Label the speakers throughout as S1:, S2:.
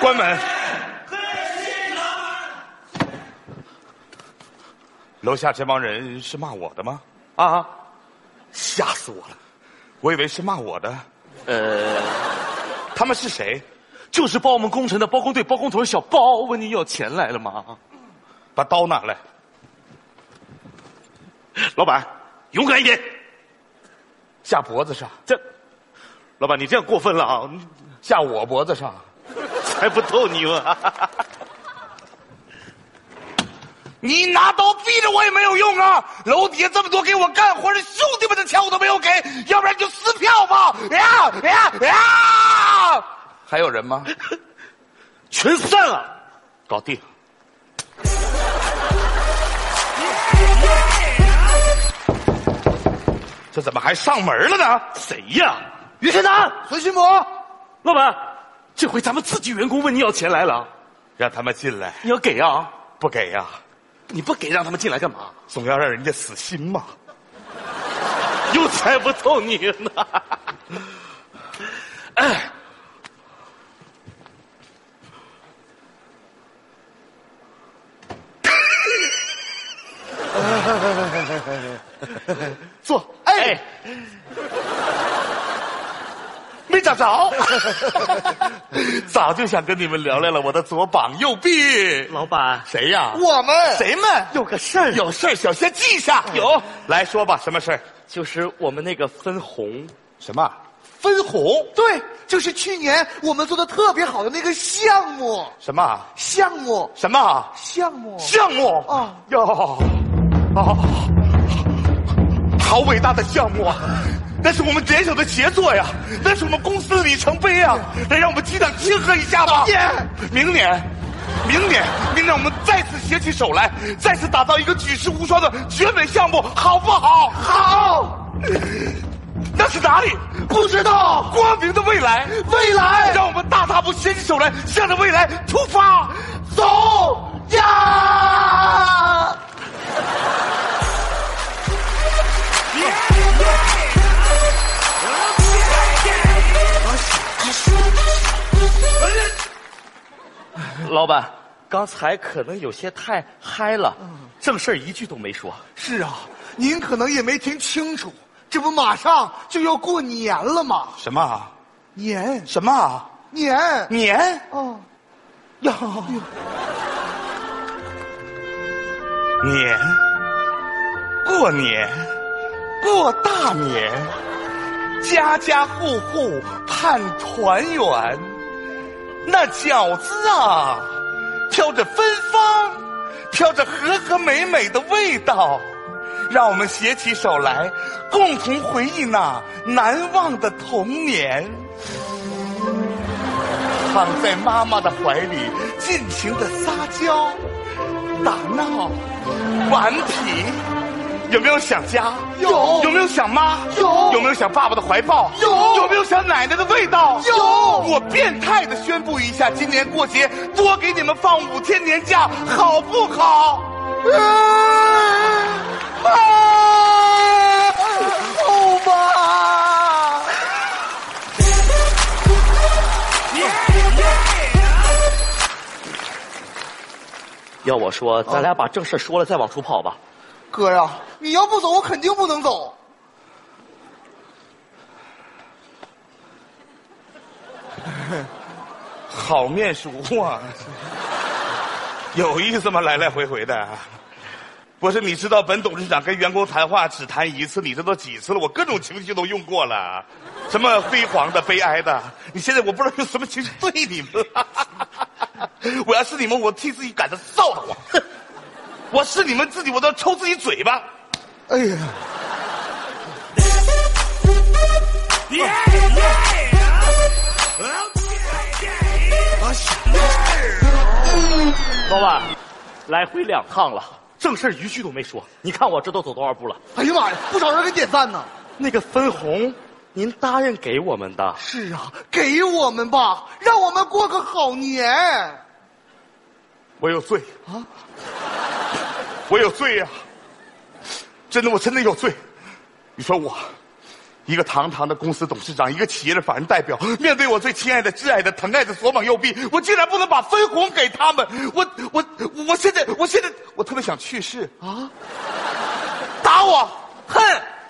S1: 关门。楼下这帮人是骂我的吗？
S2: 啊，
S1: 吓死我了！我以为是骂我的，
S2: 呃，
S1: 他们是谁？
S2: 就是包我们工程的包工队包工头小包问你要钱来了吗？
S1: 把刀拿来！
S2: 老板，勇敢一点！
S1: 下脖子上，
S2: 这，老板你这样过分了啊！
S1: 下我脖子上。
S2: 才不逗你们、啊
S1: 你拿刀逼着我也没有用啊！楼底下这么多给我干活的兄弟们的钱我都没有给，要不然就撕票吧！呀呀呀！还有人吗？
S2: 全散了。
S1: 搞定。这怎么还上门了呢？
S2: 谁呀？于天南，
S1: 孙新博，
S2: 老板，这回咱们自己员工问你要钱来了，
S1: 让他们进来，
S2: 你要给啊？
S1: 不给呀、
S2: 你不给让他们进来干嘛？
S1: 总要让人家死心 吧？
S2: 又猜不透你 呢。 哎，
S1: 坐，哎，没找着， 早就想跟你们聊聊了，我的左膀右臂。
S2: 老板，
S1: 谁呀？
S3: 我们
S1: 谁们？
S2: 有个事儿，
S1: 有事儿小心记下。
S2: 有，
S1: 来说吧，什么事儿？
S2: 嗯就是我们那个分红，
S1: 什么？分红？
S3: 对，就是去年我们做的特别好的那个项目，
S1: 什么？
S3: 项目，
S1: 什么？
S3: 项目，
S1: 项目
S2: 哦
S3: 啊
S1: 哟，啊，好伟大的项目啊！那是我们联手的杰作呀，那是我们公司的里程碑啊！来，让我们机长庆贺一下吧！
S3: 导演
S1: 明年，明年，明年我们再次携起手来，再次打造一个举世无双的绝美项目，好不好？好。那是哪里？不知道。光明的未来，
S3: 未来
S1: 让我们大踏步携起手来，向着未来出发，走呀！
S2: 老板，刚才可能有些太嗨了，正事儿一句都没说。
S3: 是啊，您可能也没听清楚，这不马上就要过年了吗？
S1: 什么啊？
S3: 年
S1: 什么啊？
S3: 年
S1: 年
S2: 嗯
S3: 哦，
S1: 呀？年，过年，过大年，家家户户盼团圆，那饺子啊，飘着芬芳，飘着和和美美的味道。让我们携起手来，共同回忆那难忘的童年。躺在妈妈的怀里，尽情的撒娇、打闹、顽皮。有没有想家？
S3: 有
S1: 有没有想妈？
S3: 有
S1: 有没有想爸爸的怀抱？
S3: 有
S1: 有没有想奶奶的味道？
S3: 有
S1: 我变态的宣布一下，今年过节多给你们放五天年假，好不好？啊啊
S3: 欧巴，
S2: 要我说，咱俩把正事儿说了再往出跑吧。
S3: 哥呀、你要不走，我肯定不能走。
S1: 好面熟啊，有意思吗？来来回回的，啊不是你知道本董事长跟员工谈话只谈一次，你这都几次了？我各种情绪都用过了，什么辉煌的、悲哀的，你现在我不知道用什么情绪对你们了。 我要是你们，我替自己感到臊得慌。我是你们自己，我都要抽自己嘴巴。
S3: 哎呀，
S2: 老板，来回两趟了，正事儿一句都没说。你看我这都走多少步了？
S3: 哎呀妈呀，不少人给点赞呢。
S2: 那个分红，您答应给我们的，
S3: 是啊，给我们吧，让我们过个好年。
S1: 我有罪啊！我有罪呀、真的，我真的有罪。你说我，一个堂堂的公司董事长，一个企业的法人代表，面对我最亲爱的、挚爱的、疼爱的左膀右臂，我竟然不能把分红给他们！我我我我现在我现在我特别想去世啊！打我，
S2: 哼，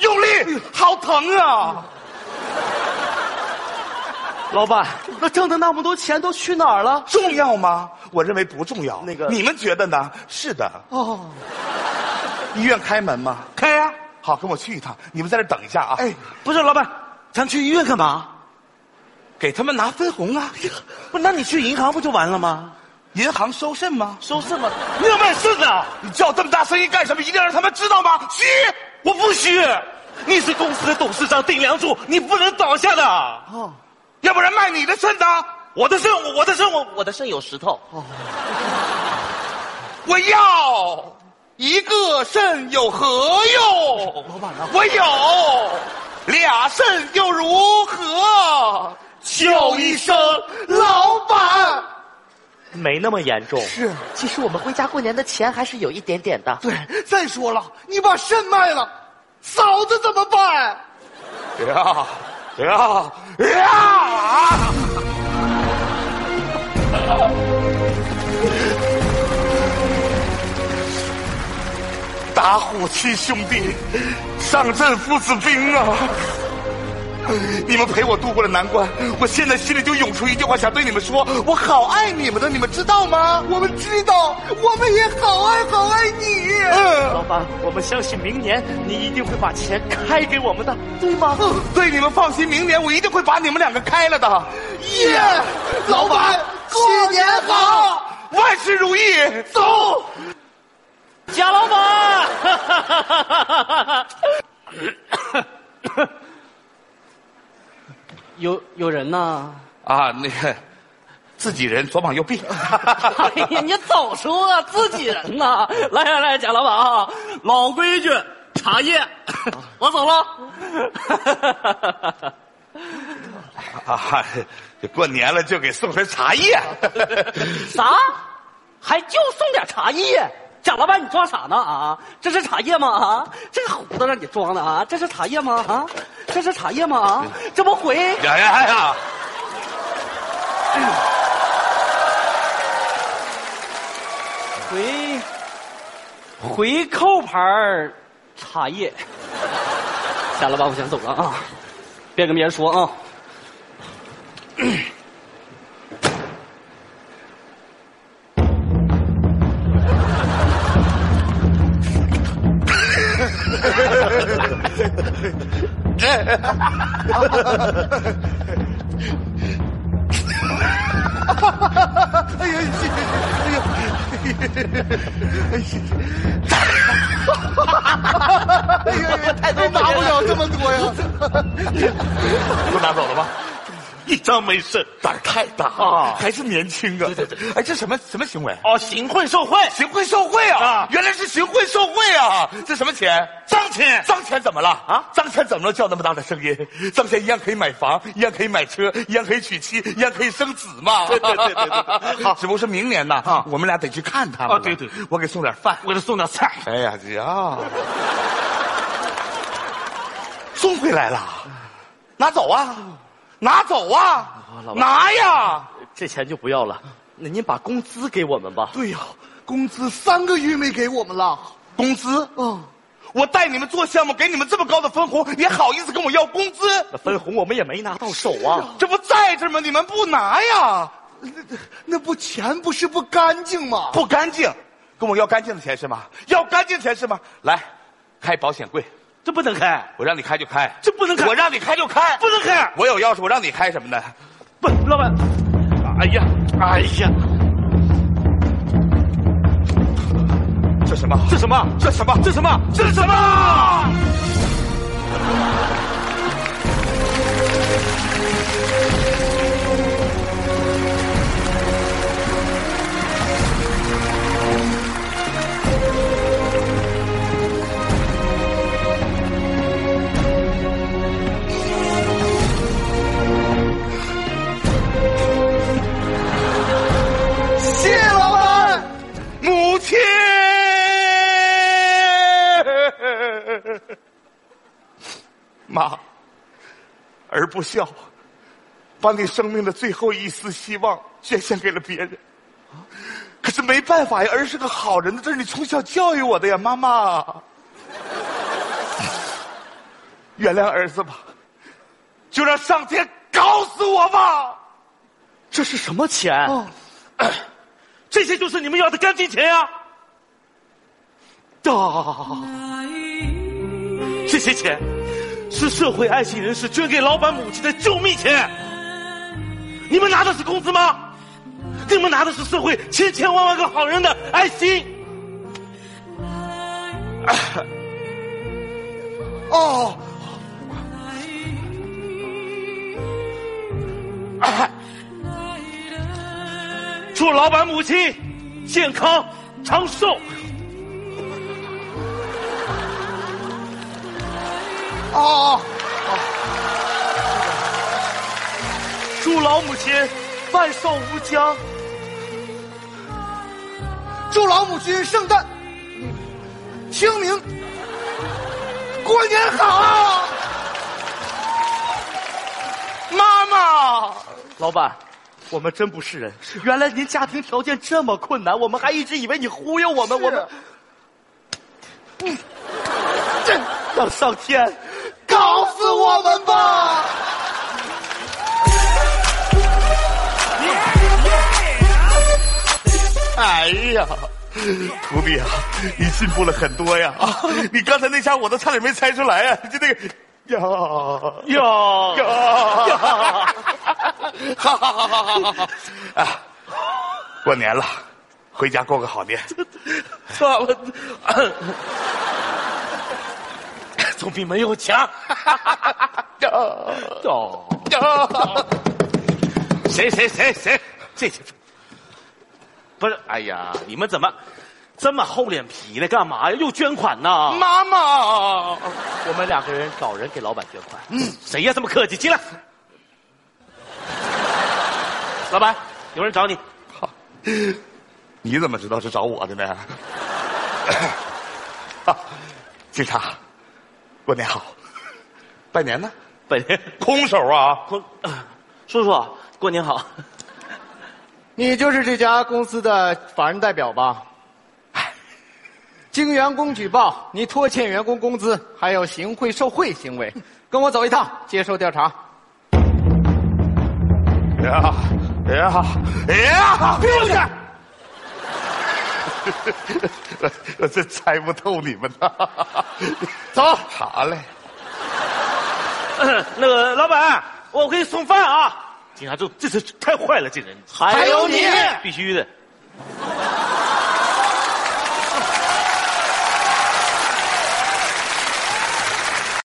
S1: 用力，好疼啊！
S2: 老板，那挣的那么多钱都去哪儿了？
S1: 重要吗？我认为不重要。
S2: 那个
S1: 你们觉得呢？是的。
S3: 哦，
S1: 医院开门吗？
S3: 开呀、
S1: 好，跟我去一趟。你们在这等一下啊。哎
S3: 哎，，
S2: 不是，老板，咱去医院啊干嘛？
S1: 给他们拿分红啊！
S2: 不，那你去银行不就完了吗？
S1: 银行收肾吗？
S2: 收拾吗？你有啊本事呢？
S1: 你叫这么大声音干什么？一定要让他们知道吗？嘘，
S2: 我不虚，你是公司的董事长顶梁柱，你不能倒下的。
S3: 哦，
S1: 要不然卖你的肾呢？哦
S2: 我的肾，我我的肾，我我的肾有石头。
S1: 我要一个肾有何用？
S3: 老板啊
S1: 我有俩肾又如何？
S2: 叫一声
S1: 老板。
S2: 没那么严重。
S3: 是
S4: 其实我们回家过年的钱还是有一点点的。
S3: 对。再说了，你把肾卖了，嫂子怎么办？
S1: 呀呀呀！打虎七兄弟，上阵父子兵啊！你们陪我度过了难关，我现在心里就涌出一句话，想对你们说：我好爱你们的，你们知道吗？
S3: 我们知道，我们也好爱好爱你。
S2: 老板，我们相信明年你一定会把钱开给我们的。
S1: 对吗？对你们放心，明年我一定会把你们两个开了的。
S3: 耶，老板，新年好！
S1: 万事如意，走。
S2: 贾老板，
S4: 有有人 呢？
S1: 啊，那个自己人左膀右臂。
S4: 哎呀，你早说 啊，自己人呐！
S2: 来来来，贾老板啊，老规矩，茶叶，我走了。
S1: 啊，这过年了就给送份茶叶。
S2: 啥？还就送点茶叶？贾老板，你装啥呢啊？这是茶叶吗啊？这个胡子让你装的啊？这是茶叶吗啊？这是茶叶吗啊？这不回
S1: 哎呀哎呀！
S2: 回回扣牌儿茶 叶。贾老板，我先走了啊，别跟别人说啊。
S3: 哎呀，谢谢哎呀，哎谢谢哎呀，哎呀太多拿不了这么多呀！
S1: 都拿走了吧？一张没剩，胆儿太大
S2: 啊
S1: 还是年轻啊！对对对，哎，这什么什么行为？
S2: 哦，行贿受贿，
S1: 行贿受贿啊！
S2: 啊
S1: 原来是行贿受贿啊！这什么钱？
S2: 脏钱
S1: 脏钱怎么了
S2: 啊
S1: 啊？脏钱怎么了？叫那么大的声音？ 脏钱一样可以买房，一样可以买车，一样可以娶妻，一样可以生子嘛！对
S2: 对对对 对
S1: 好，只不过是明年呢，
S2: 啊
S1: 我们俩得去看他们了。
S2: 啊对对对
S1: 我给送点饭。
S2: 我给他送点菜。
S1: 哎呀呀，送回来了，拿走啊，拿走啊
S2: 哦老，板
S1: 拿呀！
S2: 这钱就不要了，那您把工资给我们吧。
S3: 对呀，工资三个月没给我们了。
S1: 工资，
S2: 哦
S3: 嗯，
S1: 我带你们做项目，给你们这么高的分红，你好意思跟我要工资？
S2: 那分红我们也没拿到手啊。
S1: 这不在这儿吗？你们不拿呀？
S3: 那不钱不是不干净吗？
S1: 不干净，跟我要干净的钱是吗？要干净钱是吗？来，开保险柜，
S2: 这不能开，
S1: 我让你开就开，
S2: 这不能开
S1: 我让你开就开，
S2: 不能开，
S1: 我有钥匙，我让你开什么呢？
S2: 不，老板，哎呀，哎呀，
S1: 这什么？
S2: 这什么？
S1: 这什么？
S2: 这什么？
S1: 这什么？
S3: 谢谢老板。
S1: 母亲。妈，而不孝，把你生命的最后一丝希望捐献给了别人。可是没办法呀，儿是个好人，这是你从小教育我的呀，妈妈。 原谅儿子吧，就让上天搞死我吧。
S5: 这是什么钱？
S3: 哦
S5: 这些就是你们要的干金钱啊！大，这些钱是社会爱心人士捐给老板母亲的救命钱。你们拿的是工资吗？你们拿的是社会千千万万个好人的爱心。
S3: 哦，
S5: 祝老板母亲健康长寿。
S3: 哦，
S5: 祝老母亲万寿无疆。
S3: 祝老母亲圣诞、清明、过年好，妈妈。
S5: 老板，我们真不是人。原来您家庭条件这么困难，我们还一直以为你忽悠我们。我们
S1: 啊嗯
S5: 这让上天
S3: 搞死我们吧！
S1: 哎呀，徒弟啊，你进步了很多 呀！啊，你刚才那下我都差点没猜出来啊呀、就那个 呀
S5: 呀！
S1: 呀，好好好好好好好啊！过年了，回家过个好年，
S5: 算了，总比没有强。 哦，谁谁谁谁，这些不是？哎呀，你们怎么这么厚脸皮呢？干嘛呀？又捐款呐？
S1: 妈妈。
S5: 我们两个人找人给老板捐款。嗯，谁呀？这么客气，进来。老板，有人找你。
S1: 你怎么知道是找我的 呢？啊，警察，过年好，拜年呢？
S5: 本人
S1: 空手啊！
S5: 空，呃叔叔，过年好。
S6: 你就是这家公司的法人代表吧？哎经员工举报你拖欠员工工资，还有行贿受贿行为，跟我走一趟，接受调查。
S1: 呀哎呀呀！
S5: 闭嘴！
S1: 我我真猜不透你们 呐！
S6: 走，
S1: 好嘞，
S5: 那个老板，我给你送饭啊。警察就这次太坏了，这人
S2: 还有你
S5: 必须的。